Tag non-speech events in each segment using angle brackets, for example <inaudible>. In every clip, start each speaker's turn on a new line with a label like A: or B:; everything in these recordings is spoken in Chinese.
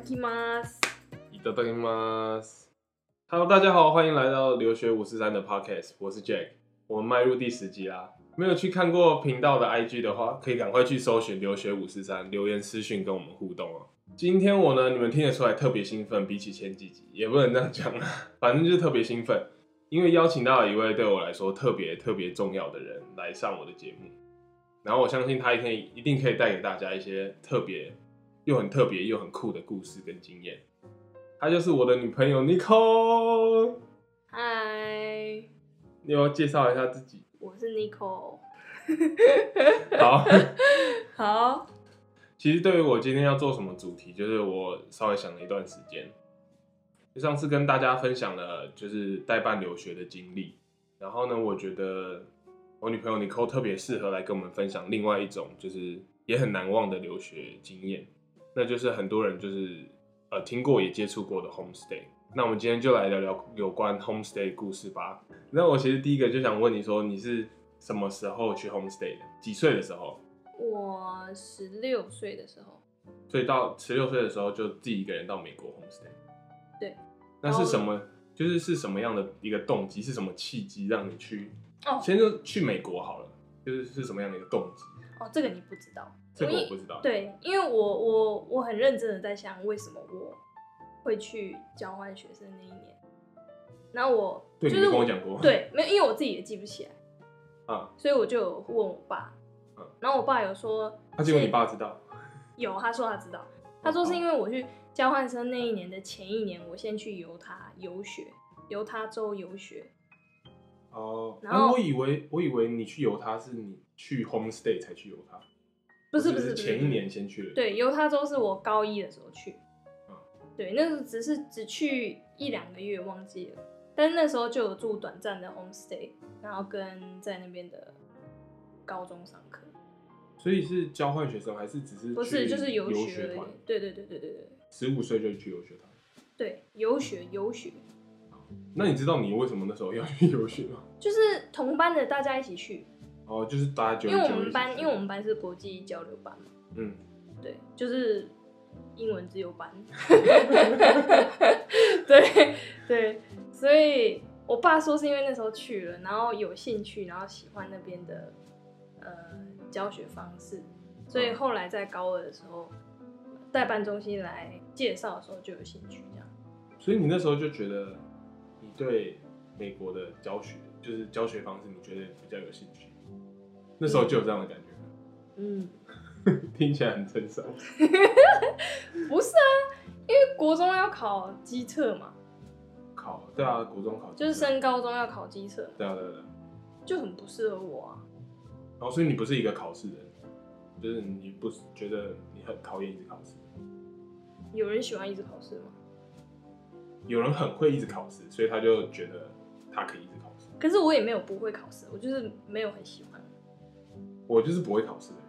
A: きます。
B: いただきます。Hello，大家好，欢迎来到留学五四三的 Podcast，我是 Jack，我们迈入第十集啦。没有去看过频道的 IG 的话，可以赶快去搜寻留学五四三，留言私讯跟我们互动哦、今天我呢，你们听得出来特别兴奋，比起前几集也不能这样讲啊， <laughs> 反正就是特别兴奋，因为邀请到了一位对我来说特别特别重要的人来上我的节目，然后我相信他也可以一定可以带给大家一些特别又很特别又很酷的故事跟经验。她就是我的女朋友 Nicole，
A: 嗨，
B: 你要不要介绍一下自己？
A: 我是 Nicole。
B: 好，
A: 好，
B: 其实对于我今天要做什么主题，就是我稍微想了一段时间。就上次跟大家分享了就是代办留学的经历，然后呢，我觉得我女朋友 Nicole 特别适合来跟我们分享另外一种就是也很难忘的留学经验，那就是很多人就是呃听过也接触过的 homestay。那我们今天就来聊聊有关 homestay 的故事吧。那我其实第一个就想问你说，你是什么时候去 homestay 的？几岁的时候？
A: 我十六岁的时候，
B: 所以到十六岁的时候就自己一个人到美国 homestay。
A: 对。
B: 那是什么？就是是什么样的一个动机？是什么契机让你去？
A: 哦
B: 先就去美国好了。就是是什么样的一个动机？
A: 哦，这个你不知道，
B: 这个
A: 因
B: 我不知道。。
A: 对，因为我我我很认真的在想，为什么我会去交换学生那一年，然后我
B: 对，
A: 就
B: 你
A: 是
B: 没跟我
A: 我
B: 讲过。。
A: 对，没有，因为我自己也记不起来，
B: 啊，
A: 所以我就有问我爸
B: 嗯，
A: 然后我爸有说
B: 那结果你爸知道。
A: 有，他说他知道，他说
B: 哦
A: 是因为我去交换生那一年的前一年，我先去犹他游学，犹他州游学，
B: 哦。
A: 然后
B: 啊我以为我以为你去犹他是你去 homestay 才去犹他，
A: 不是
B: 哦就
A: 不
B: 是
A: 是
B: 前一，年先去
A: 不是。
B: 的。
A: 对，犹他州是我高一的时候去
B: 嗯，
A: 对，那时候只是只去一两个月，忘记了，但是那时候就有住短暂的 homestay，然后跟在那边的高中上课，
B: 所以是交换学生还是只是
A: 不是
B: 去
A: 就是游
B: 游
A: 学而已
B: 团？，
A: 对对对对对对
B: 十五岁就去游学团。
A: 对，游学游学。
B: 那你知道你为什么那时候要去 <laughs> 游学吗？
A: 就是同班的，大家一起去，
B: 哦，就是大家九
A: 因
B: 一
A: 为
B: 九
A: 我
B: 一
A: 们
B: 起
A: 班，
B: 去
A: 因为我们班是国际交流班嘛，
B: 嗯，
A: 对，就是英文自由班。对对，所以我爸说是因为那时候去了，然后有兴趣，然后喜欢那边的呃教学方式，所以后来在高二的时候，代办中心来介绍的时候就有兴趣这样。
B: 所以你那时候就觉得你对美国的教学，就是教学方式，你觉得比较有兴趣，那时候就有这样的感觉，
A: 嗯，
B: <laughs> 听起来很正常。
A: 不是啊，因为国中要考机测嘛，
B: 考对啊，国中考
A: 就是升高中要考机测，
B: 对啊对啊对啊，
A: 就很不适合我啊。
B: 然后所以你不是一个考试的人，就是你不是觉得你很讨厌一直考试，
A: 有人喜欢一直考试吗？
B: 有人很会一直考试，所以他就觉得他可以一直考试。
A: 可是我也没有不会考试，我就是没有很喜欢。
B: 我就是不会考试的人。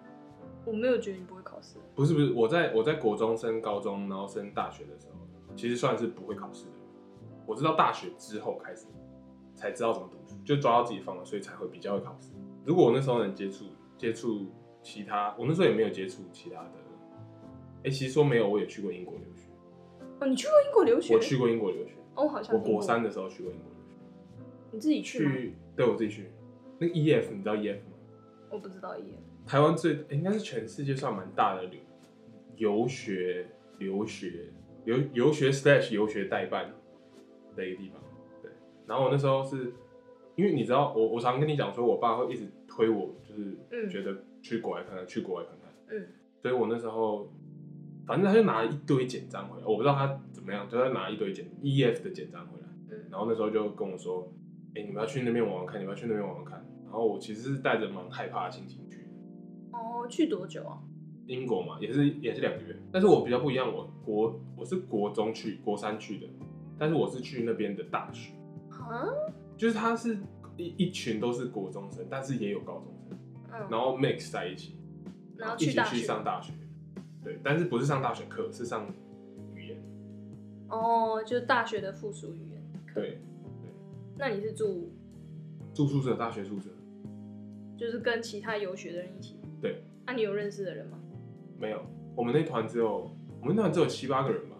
A: 我没有觉得你不会考试，
B: 不是不是，我在我在国中升高中，然后升大学的时候，其实算是不会考试的人。我知道大学之后开始才知道怎么读书，就抓到自己方法，所以才会比较会考试。如果我那时候能接触接触其他，我那时候也没有接触其他的。哎、其实说没有，我也去过英国留学，
A: 哦，你去过英国留学？
B: 我去过英国留学，
A: 哦，我好像
B: 我
A: 听过
B: 国三，的时候去过英国留学，
A: 你自己去吗？
B: 去对我自己去。那个 EF 你知道 EF 吗？
A: 我不知道耶。
B: 台湾最、欸应该是全世界算蛮大的留游学、留学、留游学 slash 游学代办的一个地方。对，然后我那时候是因为你知道，我我常跟你讲说，我爸会一直推我，就是
A: 嗯
B: 觉得去国外看看，去国外看看。
A: 嗯，
B: 所以我那时候，反正他就拿了一堆简章回来，我不知道他怎么样，就他拿一堆简 EF 的简章回来。
A: 嗯
B: 然后那时候就跟我说：“哎、你们要去那边玩玩看，你们要去那边玩玩看。”然后我其实是带着蛮害怕的心情去的。
A: 哦，去多久啊？
B: 英国嘛，也是也是两个月，但是我比较不一样，我国我是国中去，国三去的，但是我是去那边的大学，
A: 啊，
B: 就是他是一一群都是国中生，但是也有高中生，
A: 嗯，
B: 然后 mix 在一起，
A: 然后
B: 一
A: 去
B: 起
A: 大
B: 去
A: 学。
B: 上大学，对，但是不是上大学课，是上语言，
A: 哦，就是大学的附属语言。
B: 对，
A: 那你是住，
B: 住宿舍，大学宿舍，
A: 就是跟其他游学的人一起？啊
B: 对。
A: 那、你有认识的人吗？
B: 没有，我们那团只有我们那团只有七八个人吧，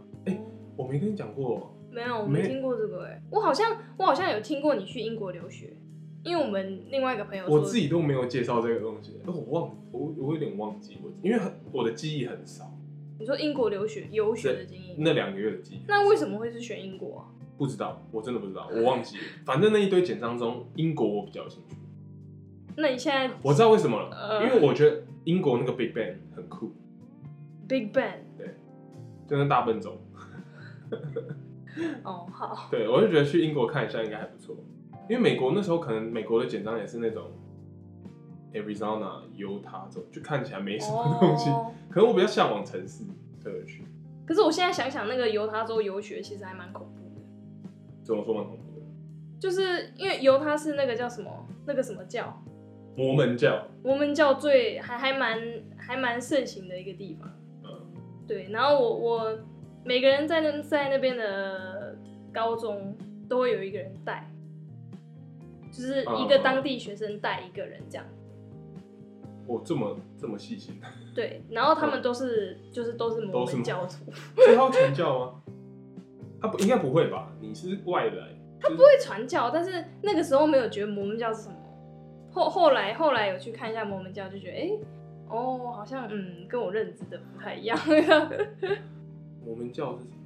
B: 我没跟你讲过，
A: 哦没有，我
B: 没
A: 没听过这个哎、我好像我好像有听过你去英国留学，因为我们另外一个朋友
B: 我
A: 说
B: 自己都没有介绍这个东西，哦我忘，我我有点忘记，我因为很我的记忆很少，
A: 你说英国留学游学的经验，
B: 那两个月的记忆，
A: 那为什么会是选英国啊？
B: 不知道，我真的不知道，
A: 嗯
B: 我忘记了。反正那一堆简章中，英国我比较有兴趣，
A: 那你现在
B: 我知道为什么了，
A: 呃
B: 因为我觉得英国那个 Big Bang 很酷，
A: Big Bang
B: 就那大笨钟，
A: 哦好，
B: 对我就觉得去英国看一下应该还不错，因为美国那时候可能美国的简章也是那种 Arizona、犹他州，就看起来没什么东西，
A: 哦
B: 可能我比较向往城市，所以我去。
A: 可是我现在想想，那个犹他州游学其实还蛮恐怖的，
B: 怎么说蛮恐怖的？
A: 就是因为犹他是那个叫什么那个什么教，
B: 摩门教，
A: 摩门教最还还蛮还蛮盛行的一个地方。
B: 嗯，
A: 对，然后我我每个人在那在那边的高中都会有一个人带，就是一
B: 嗯
A: 个当地学生带一个人这样。
B: 我这么这么细心，
A: 对，然后他们都是就是都是摩
B: 都是
A: 门教徒，
B: 所以他要传教吗？他不应该不会吧？你是外来，
A: 会传教，但是那个时候没有觉得摩门教是什么。后后来后来有去看一下摩门教，就觉得哎、诶哦，好像嗯跟我认知的不太一样。
B: 摩门教是什么？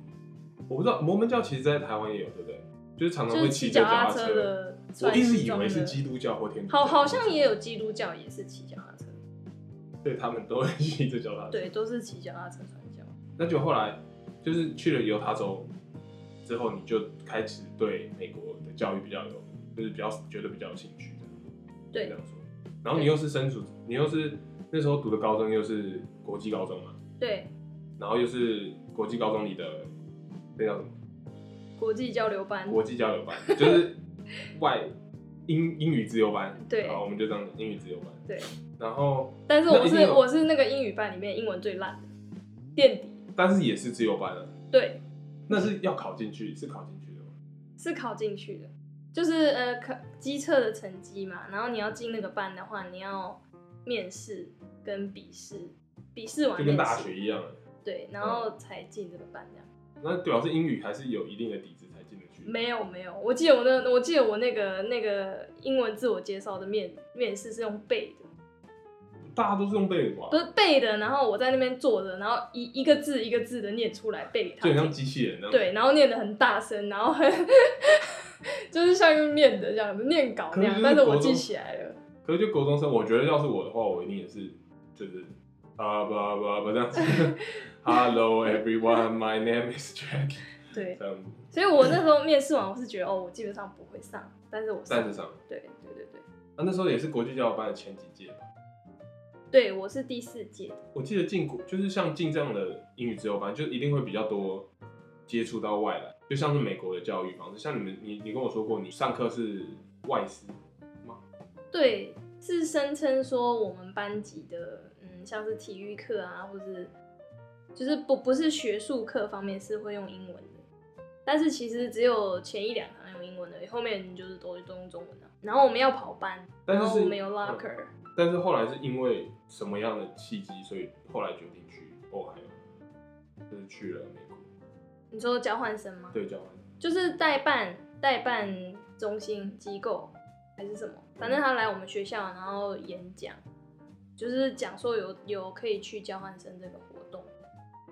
B: 我不知道，摩门教其实在台湾也有，对不对？就是常常
A: 就
B: 会
A: 是
B: 骑
A: 骑
B: 着
A: 脚
B: 脚踏
A: 踏
B: 车
A: 车。的，
B: 我
A: 算
B: 一直
A: 其
B: 以
A: 中
B: 为是
A: 的
B: 基督教或天主教，嗯
A: 好好像也有基督教也是骑脚踏车，
B: 对他们都会骑着脚踏车。
A: 对，都是骑脚踏车传教。
B: 那就后来就是去了犹他州之后，你就开始对美国的教育比较有，就是比较觉得比较有兴趣这样。这
A: 对
B: 样说。然后你又是身处，你又是那时候读的高中又是国际高中嘛，
A: 对，
B: 然后又是国际高中里的那叫什么
A: 国际交流班，
B: 国际交流班，就是外英英语自由班。
A: 对
B: 好，我们就这样讲英语自由班。
A: 对。
B: 然后，
A: 但是
B: 那
A: 我
B: 一定
A: 是
B: 有
A: 我是那个英语班里面英文最烂的，垫底。
B: 但是也是自由班啊，
A: 对，
B: 那是要考进去，是考进去的吗？
A: 是考进去的，就是呃考机测的成绩嘛，然后你要进那个班的话，你要面试跟笔试，笔试完
B: 就跟
A: 面
B: 大
A: 试
B: 学一样啊，
A: 对，然后才进这个班这样。
B: 那表示英语还是有一定的底子才进得去。
A: 没有没有，我记得我那我记得我那个那个英文自我介绍的面面试是用背的，
B: 大家都是用背的吧
A: 不？是背的，然后我在那边坐着，然后一一个字一个字的念出来背给他
B: 就很
A: 听
B: 像。机器人那样。
A: 对，然后念的很大声，然后 <laughs> 很就是像用念的这样子念稿那样，
B: 可是就
A: 但
B: 是
A: 是我
B: 国中
A: 记起来了。
B: 可是就国中生，我觉得要是我的话，我一定也是就是啊吧吧吧这样子。Hello everyone, my name is Jack。
A: 对，
B: 这样子，
A: 所以我那时候面试完，我是觉得哦，我基本上不会上，但是我
B: 嗯但
A: 上
B: 是。上，
A: 对对对对，
B: 啊那时候也是国际交流班的前几届吧。
A: 对我是第四届，
B: 我记得进国就是像进这样的英语自由班，就一定会比较多接触到外来，就像是美国的教育方式，像你们你你跟我说过，你上课是外师，
A: 对，是声称说我们班级的嗯，像是体育课啊，或是就是不不是学术课方面是会用英文的，但是其实只有前一两堂用英文而已，后面就是都都用中文了、然后我们要跑班，
B: 但
A: 然
B: 是
A: 后
B: 是嗯
A: 我们有 locker。
B: 但是后来是因为什么样的契机，所以后来决定去 Ohio，就是去了美国，
A: 你说交换生吗？
B: 对交换。
A: 就是代办代办中心机构还是什么，反正他来我们学校，然后演讲，就是讲说有有可以去交换生这个活动，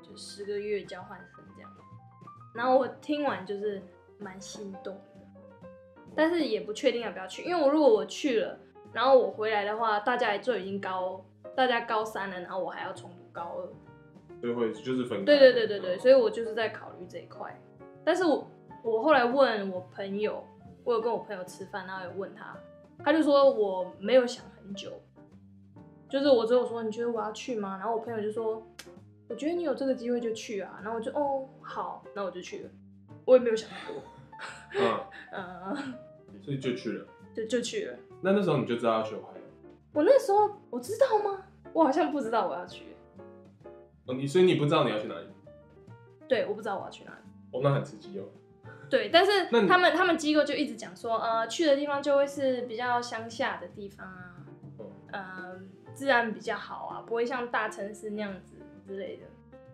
A: 就十个月交换生这样。然后我听完就是蛮心动的，但是也不确定要不要去，因为我如果我去了，然后我回来的话，大家就已经高，大家高三了，然后我还要重读高二，
B: 所以会就是分开。嗯
A: 对对对对对，所
B: 以
A: 以我就是在考虑这一块。但是我我后来问我朋友，我有跟我朋友吃饭，然后有问他，他就说我没有想很久，就是我只有说你觉得我要去吗？然后我朋友就说，我觉得你有这个机会就去啊。然后我就哦好，那我就去了，我也没有想很多，
B: 嗯，
A: 嗯，
B: 所以就去了。
A: 就就去了。
B: 那那时候你就知道要去 Ohio，
A: 我那时候我知道吗？我好像不知道我要去，
B: 哦，你所以你不知道你要去哪里，
A: 对，我不知道我要去哪里。
B: 哦，那很刺激哦。
A: 对，但是
B: 那你
A: 他们他们机构就一直讲说，呃，去的地方就会是比较乡下的地方啊，
B: 嗯
A: 呃，自然比较好啊，不会像大城市那样子之类的，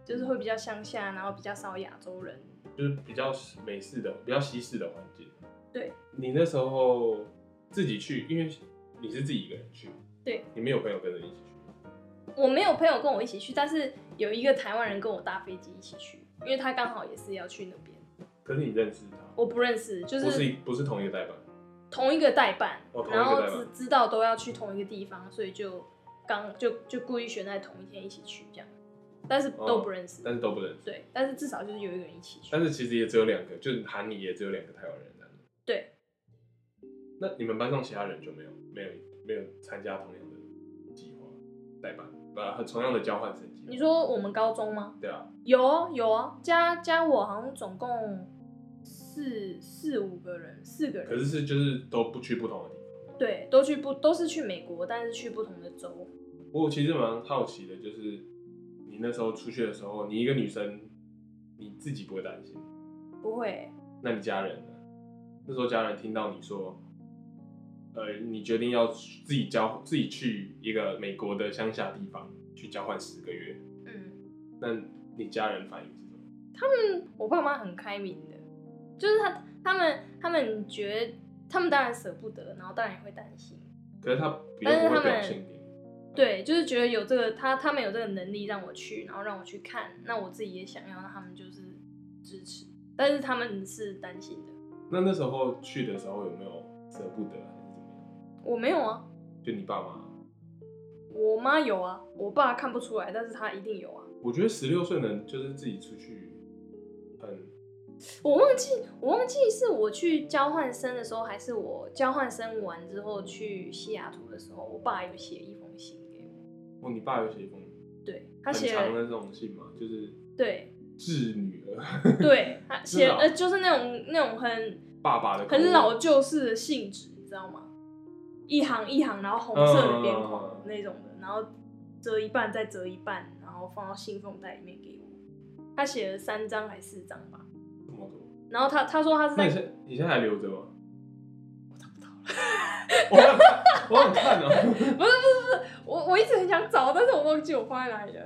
A: 就是会比较乡下，然后比较少亚洲人，
B: 就是比较美式的、比较西式的环境。
A: 对，
B: 你那时候自己去，因为你是自己一个人去，
A: 对，
B: 你没有朋友跟着一起去，
A: 我没有朋友跟我一起去，但是有一个台湾人跟我搭飞机一起去，因为他刚好也是要去那边，
B: 可是你认识他，
A: 我不认识，就
B: 不是
A: 是
B: 不是同一个代办，
A: 同一个代办，
B: 哦同一个
A: 然后
B: 代办
A: 知知道都要去同一个地方，所以就刚就就故意选在同一天一起去这样，但是
B: 哦
A: 都不认识，
B: 但是都不认识。
A: 对，但是至少就是有一个人一起去
B: 但，是其实也只有两个，就是喊你也只有两个台湾人这样
A: 对，
B: 那你们班上其他人就没有没有没有参加同样的计划代办，呃，同样的交换生计划
A: 你说我们高中吗？
B: 对啊，
A: 有哦有哦，加加我好像总共四四五个人，四个
B: 可
A: 人，
B: 是是就是都不去不同的地方。
A: 对，都去不都是去美国，但是去不同的州。
B: 我其实蛮好奇的，就是你那时候出去的时候，你一个女生，你自己不会担心，
A: 不会，
B: 那你家人呢？那时候家人听到你说，呃，你决定要自己交自己去一个美国的乡下地方去交换十个月，
A: 嗯，
B: 那你家人反应是什么？
A: 我爸妈很开明的，就是他他们他们觉得他们当然舍不得，然后当然也会担心，
B: 可是他比较
A: 但是
B: 不
A: 他
B: 会
A: 们
B: 表现给你，
A: 对，就是觉得有这个他他们有这个能力让我去，然后让我去看，那我自己也想要，那他们就是支持，但是他们是担心的，
B: 那那时候去的时候有没有舍不得还是怎么样？
A: 我没有啊，
B: 就你爸妈，
A: 我妈有啊，我爸看不出来，但是他一定有啊。
B: 我觉得十六岁能就是自己出去很
A: 我忘记，我忘记是我去交换生的时候，还是我交换生完之后去西雅图的时候，我爸有写一封信给我。
B: 哦，你爸有写一封
A: 对他
B: 很
A: 写，
B: 长的那种信嘛，就是
A: 对
B: 致女儿 <laughs>
A: 对，他
B: 是
A: 写
B: 啊
A: 呃，就是那种那种很
B: 爸爸的口吻
A: 很老旧式的信纸，你知道吗？一行一行，然后红色的边
B: 嗯嗯
A: 框
B: 嗯
A: 那种的，然后折一半再折一半，然后放到信封袋里面给我。他写了三张还是四张吧，
B: 这么多。
A: 然后他他说他是
B: 那
A: 在
B: 你现你现在还留着吗？ <laughs> 我找不到了，我想看哦、
A: 不是不是不是，我我一直很想找，但是我忘记我放在哪里了。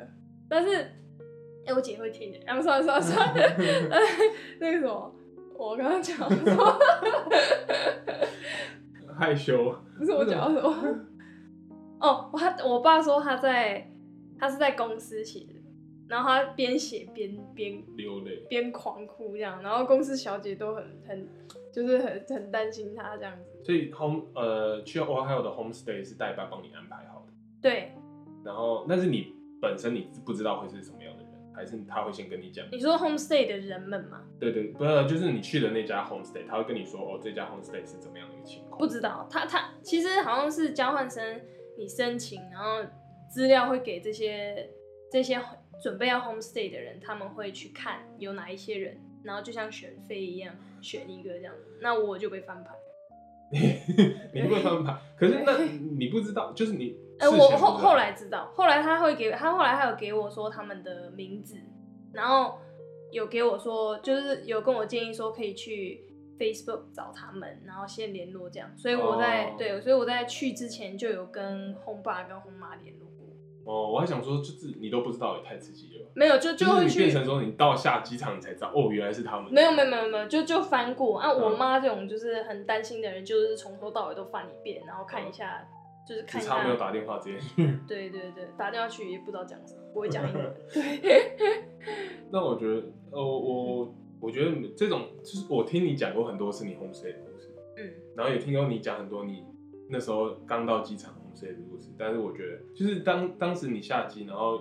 A: 但是，哎、我姐会听的。然后算了算了算了，
B: <laughs>
A: <laughs> 呃那个什么，我刚刚讲什么？ <laughs>
B: 害羞。
A: 不是我讲到什么？哦，我他我爸说他在他是在公司写的，然后他边写边边
B: 流泪，
A: 边狂哭这样，然后公司小姐都很很就是很很担心他这样子。
B: 所以 home 呃去 Ohio 的 homestay 是代班帮你安排好的，
A: 对，
B: 然后但是你本身你不知道会是什么样的人，还是他会先跟你讲？
A: 你说 homestay 的人们嘛，
B: 对对，不是就是你去的那家 homestay，他会跟你说哦这家 homestay 是怎么样的一个情况？
A: 不知道，他他其实好像是交换生，你申请，然后资料会给这些这些准备要 homestay 的人，他们会去看有哪一些人，然后就像选妃一样选一个这样。那我就被翻牌，
B: 你会翻牌，可是那你不知道，就是你
A: 呃，
B: 事前
A: 哎我
B: 不知
A: 后
B: 道
A: 后来知道，后来他会给他后来还有给我说他们的名字，然后有给我说就是有跟我建议说可以去。Facebook 找他们，然后先联络这样，所以我在、
B: 哦
A: 对，所以我在去之前就有跟轰爸跟轰妈联络过，
B: 哦，我还想说就是你都不知道也太刺激了吧，
A: 没有，就就
B: 就是
A: 会
B: 你变
A: 去
B: 成说你到下机场你才知道哦原来是他们，
A: 没有没有没有没有，就就翻过。啊，我
B: 嗯
A: 妈这种就是很担心的人，就是从头到尾都翻一遍，然后看一下，就是
B: 嗯只
A: 看一
B: 差没有
A: 下。
B: 打电话直接去。 <laughs>
A: 对对对，打电话去也不知道讲什么，不会讲英文。对，
B: 那我觉得，呃，我我我觉得这种就是我听你讲过很多次你 homestay 的故事，
A: 嗯，
B: 然后也听过你讲很多你那时候刚到机场 homestay 的故事，但是我觉得就是当当时你下机，然后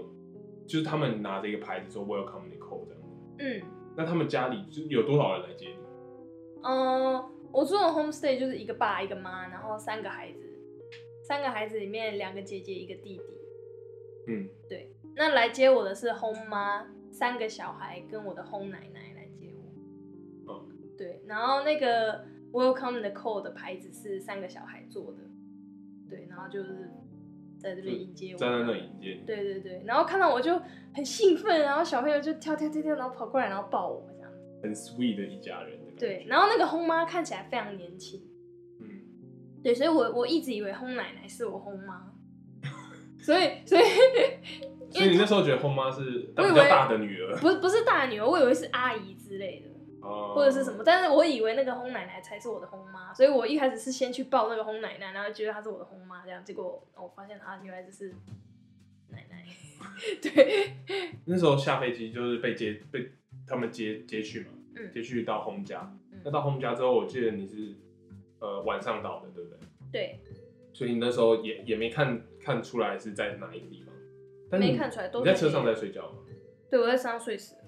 B: 就是他们拿着一个牌子说 welcome Nicole 这样，
A: 嗯，
B: 那他们家里就有多少人来接你？
A: 呃，我住的 homestay 就是一个爸一个妈，然后三个孩子，三个孩子里面两个姐姐一个弟弟。
B: 嗯，
A: 那来接我的是轰妈，三个小孩跟我的轰奶奶来接我。
B: 嗯
A: 对，然后那个 Welcome the Call 的牌子是三个小孩做的，对，然后就是在这边迎接我，
B: 站在那里。迎接你。
A: 对对对，然后看到我就很兴奋，然后小朋友就跳跳跳跳，然后跑过来，然后抱我这样。
B: 很 sweet 的一家人的感觉。
A: 对，，然后那个轰妈看起来非常年轻，
B: 嗯，
A: 对，所以我我一直以为轰奶奶是我轰
B: <laughs>
A: 妈，所以所以
B: 所以你那时候觉得后妈是
A: 我以为
B: 比较大的女儿，
A: 不不是大女儿，我以为是阿姨之类的。
B: 哦
A: 或者是什么，但是我以为那个红奶奶才是我的红妈，所以我一开始是先去抱那个红奶奶，然后觉得她是我的红妈，这样，结果我发现啊她原来就是奶奶， <laughs> 对，
B: <laughs> 那时候下飞机就是被接被他们接接去嘛，
A: 嗯
B: 接去到 home 家。
A: 嗯
B: 那到 home 家之后，我记得你是呃晚上到的，对不对？
A: 对，
B: 所以你那时候也也没看看出来是在哪一个地方，但是你
A: 没看出来，都
B: 你在车上
A: 在
B: 在睡觉嘛，
A: 对，我在车上睡死了，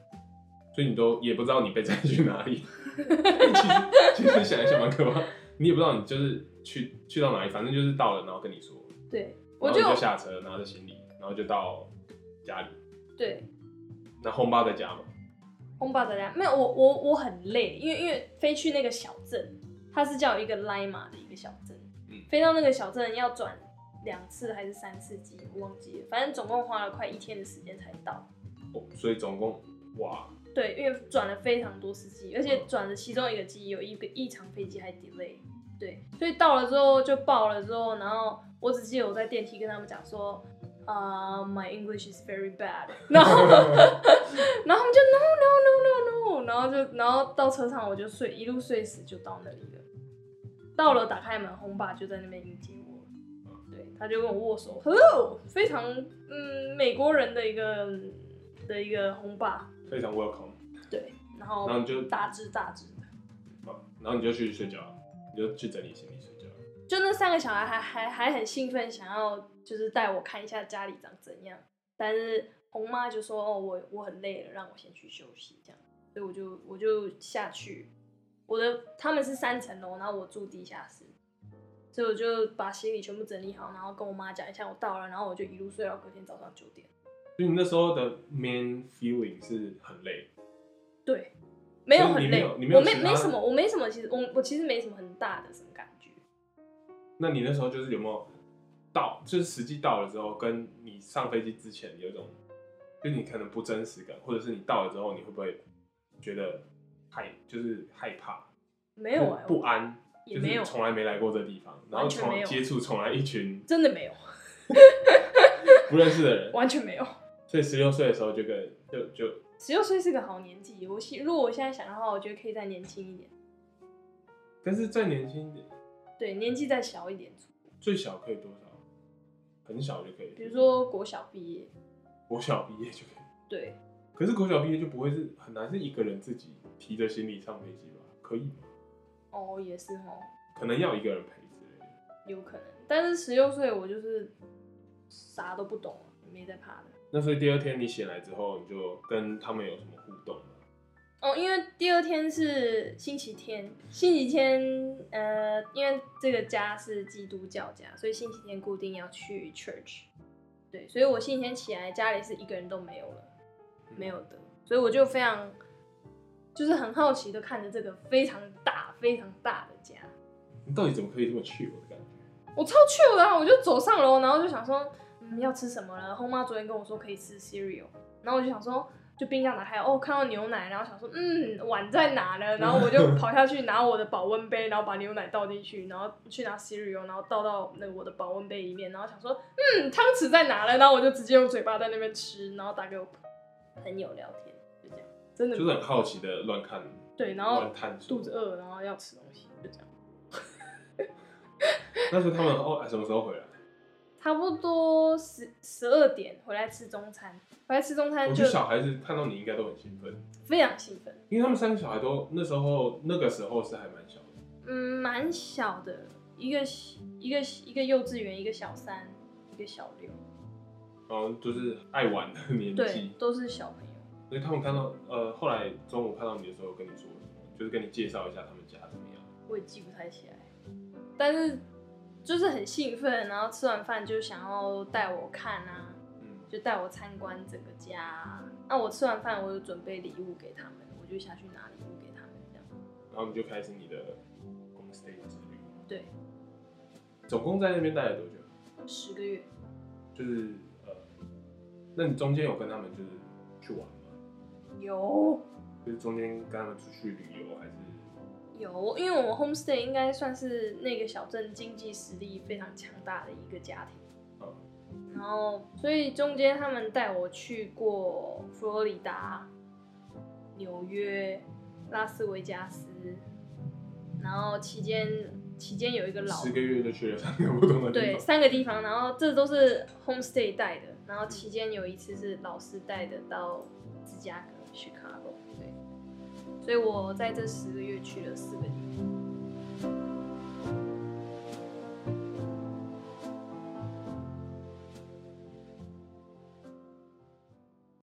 B: 所以你都也不知道你被载去哪
A: <laughs>
B: 里。其实其实想一想蛮可怕，你也不知道你就是去去到哪里，反正就是到了，然后跟你说，
A: 对，我
B: 然后
A: 就
B: 你就下车拿着行李，然后就到家里。
A: 对，
B: 那 home 爸在家嘛，
A: 轰爸在家，没有我我我很累，因为因为飞去那个小镇，它是叫一个莱马的一个小镇，
B: 嗯
A: 飞到那个小镇要转两次还是三次机，我忘记了，反正总共花了快一天的时间才到。
B: 哦，所以总共哇，
A: 对，因为转了非常多次机，而且转了其中一个机有一个一场飞机还 delay，对，所以到了之后就爆了之后，然后我只记得我在电梯跟他们讲说，啊、m y English is very bad，然 <laughs> 后然后他们就 no no no no no，然后就然后到车上我就睡一路睡死就到那里了，到了打开门，红爸就在那边迎接我。对，他就跟我握手，Hello，非常嗯美国人的一个的一个红爸，
B: 非常 welcome。
A: 对，然后
B: 然后你就
A: 大致大致的，
B: 啊然后你就去睡觉，你就去整理行李睡觉。
A: 就那三个小孩还还还很兴奋，想要就是带我看一下家里长怎样，但是红妈就说哦我我很累了，让我先去休息这样，所以我就我就下去，我的他们是三层楼，然后我住地下室。所以我就把行李全部整理好，然后跟我妈讲一下我到了，然后我就一路睡到隔天早上九点。
B: 所以你那时候的 main feeling 是很累，
A: 对，没有
B: 所以
A: 很
B: 你没
A: 累，
B: 有你没有
A: 我没
B: 其他
A: 没什么，我没什么，其实我我其实没什么很大的什么感觉。
B: 那你那时候就是有没有到，就是实际到了之后，跟你上飞机之前有一种，就是你可能不真实感，或者是你到了之后，你会不会觉得害，就是害怕，
A: 没有哎、
B: 不不安，
A: 也
B: 就
A: 没有
B: 是从来没来过这地方，然后
A: 完全
B: 从
A: 没有
B: 接触从来一群
A: 真的没有，
B: 不认识的 <laughs> 人，
A: 完全没有。
B: 所以十六岁的时候就跟就就
A: 十六岁是个好年纪，我希如果我现在想的话，我觉得可以再年轻一点，
B: 但是再年轻一点，
A: 对，年纪再小一点，
B: 最小可以多少？很小就可以，
A: 比如说国小毕业，
B: 国小毕业就可以。
A: 对，
B: 可是国小毕业就不会是很难是一个人自己提着行李上飞机吧？可以吗？
A: 哦，也是哦，
B: 可能要一个人陪之类的。
A: 有可能。但是十六岁我就是啥都不懂啊，没在怕的。
B: 那所以第二天你醒来之后，你就跟他们有什么互动吗？
A: 哦，因为第二天是星期天，星期天，呃，因为这个家是基督教家，所以星期天固定要去 church，对，所以我星期天起来家里是一个人都没有了，
B: 嗯
A: 没有的，所以我就非常，就是很好奇的看着这个非常大、非常大的家，
B: 嗯你到底怎么可以这么去我的感觉？
A: 我超 chill 的、啊，我就走上楼，然后就想说，嗯，要吃什么了？后妈昨天跟我说可以吃 cereal，然后我就想说，就冰箱打开，哦，看到牛奶，然后想说，嗯，碗在哪呢？然后我就跑下去拿我的保温杯，然后把牛奶倒进去，然后去拿 cereal，然后倒到那个我的保温杯里面，然后想说，嗯，汤匙在哪呢？然后我就直接用嘴巴在那边吃，然后打给我朋友聊天，就这样，真的
B: 就是很好奇的乱看，
A: 对，然后
B: 乱探索
A: 肚子。饿，然后要吃东西，就这样。
B: 那时候他们哦什么时候回来？
A: 差不多十十二点回来吃中餐，回来吃中餐
B: 我
A: 就
B: 觉得哦小孩子看到你应该都很兴奋，
A: 非常兴奋，
B: 因为他们三个小孩都那时候那个时候是还蛮小的，
A: 嗯，蛮小的，一个一个一个幼稚园，一个小三，一个小六，
B: 然后就是爱玩的年
A: 对
B: 纪，，
A: 都是小朋友。
B: 所以他们看到呃后来中午看到你的时候，跟你说什么就是跟你介绍一下他们家怎么样。
A: 我也记不太起来，但是就是很兴奋，然后吃完饭就想要带我看啊，
B: 嗯，
A: 就带我参观整个家啊。那我吃完饭，我就准备礼物给他们，我就下去拿礼物给他们，这样。
B: 然后你就开始你的 home stay 之旅。
A: 对，
B: 总共在那边待了多久？
A: 十个月，
B: 就是呃，那你中间有跟他们就是去玩吗？
A: 有
B: 就是中间跟他们出去旅游还是？
A: 有，因为我们 homestay 应该算是那个小镇经济实力非常强大的一个家庭，
B: 嗯，
A: 然后所以中间他们带我去过佛罗里达、纽约，拉斯维加斯，然后期间期间有一个老
B: 十个月就去了三个不同的地
A: 对
B: 方。
A: 三个地方，然后这都是 homestay 带的，然后期间有一次是老师带的到芝加哥 Chicago，对，所以我在这十个月去了四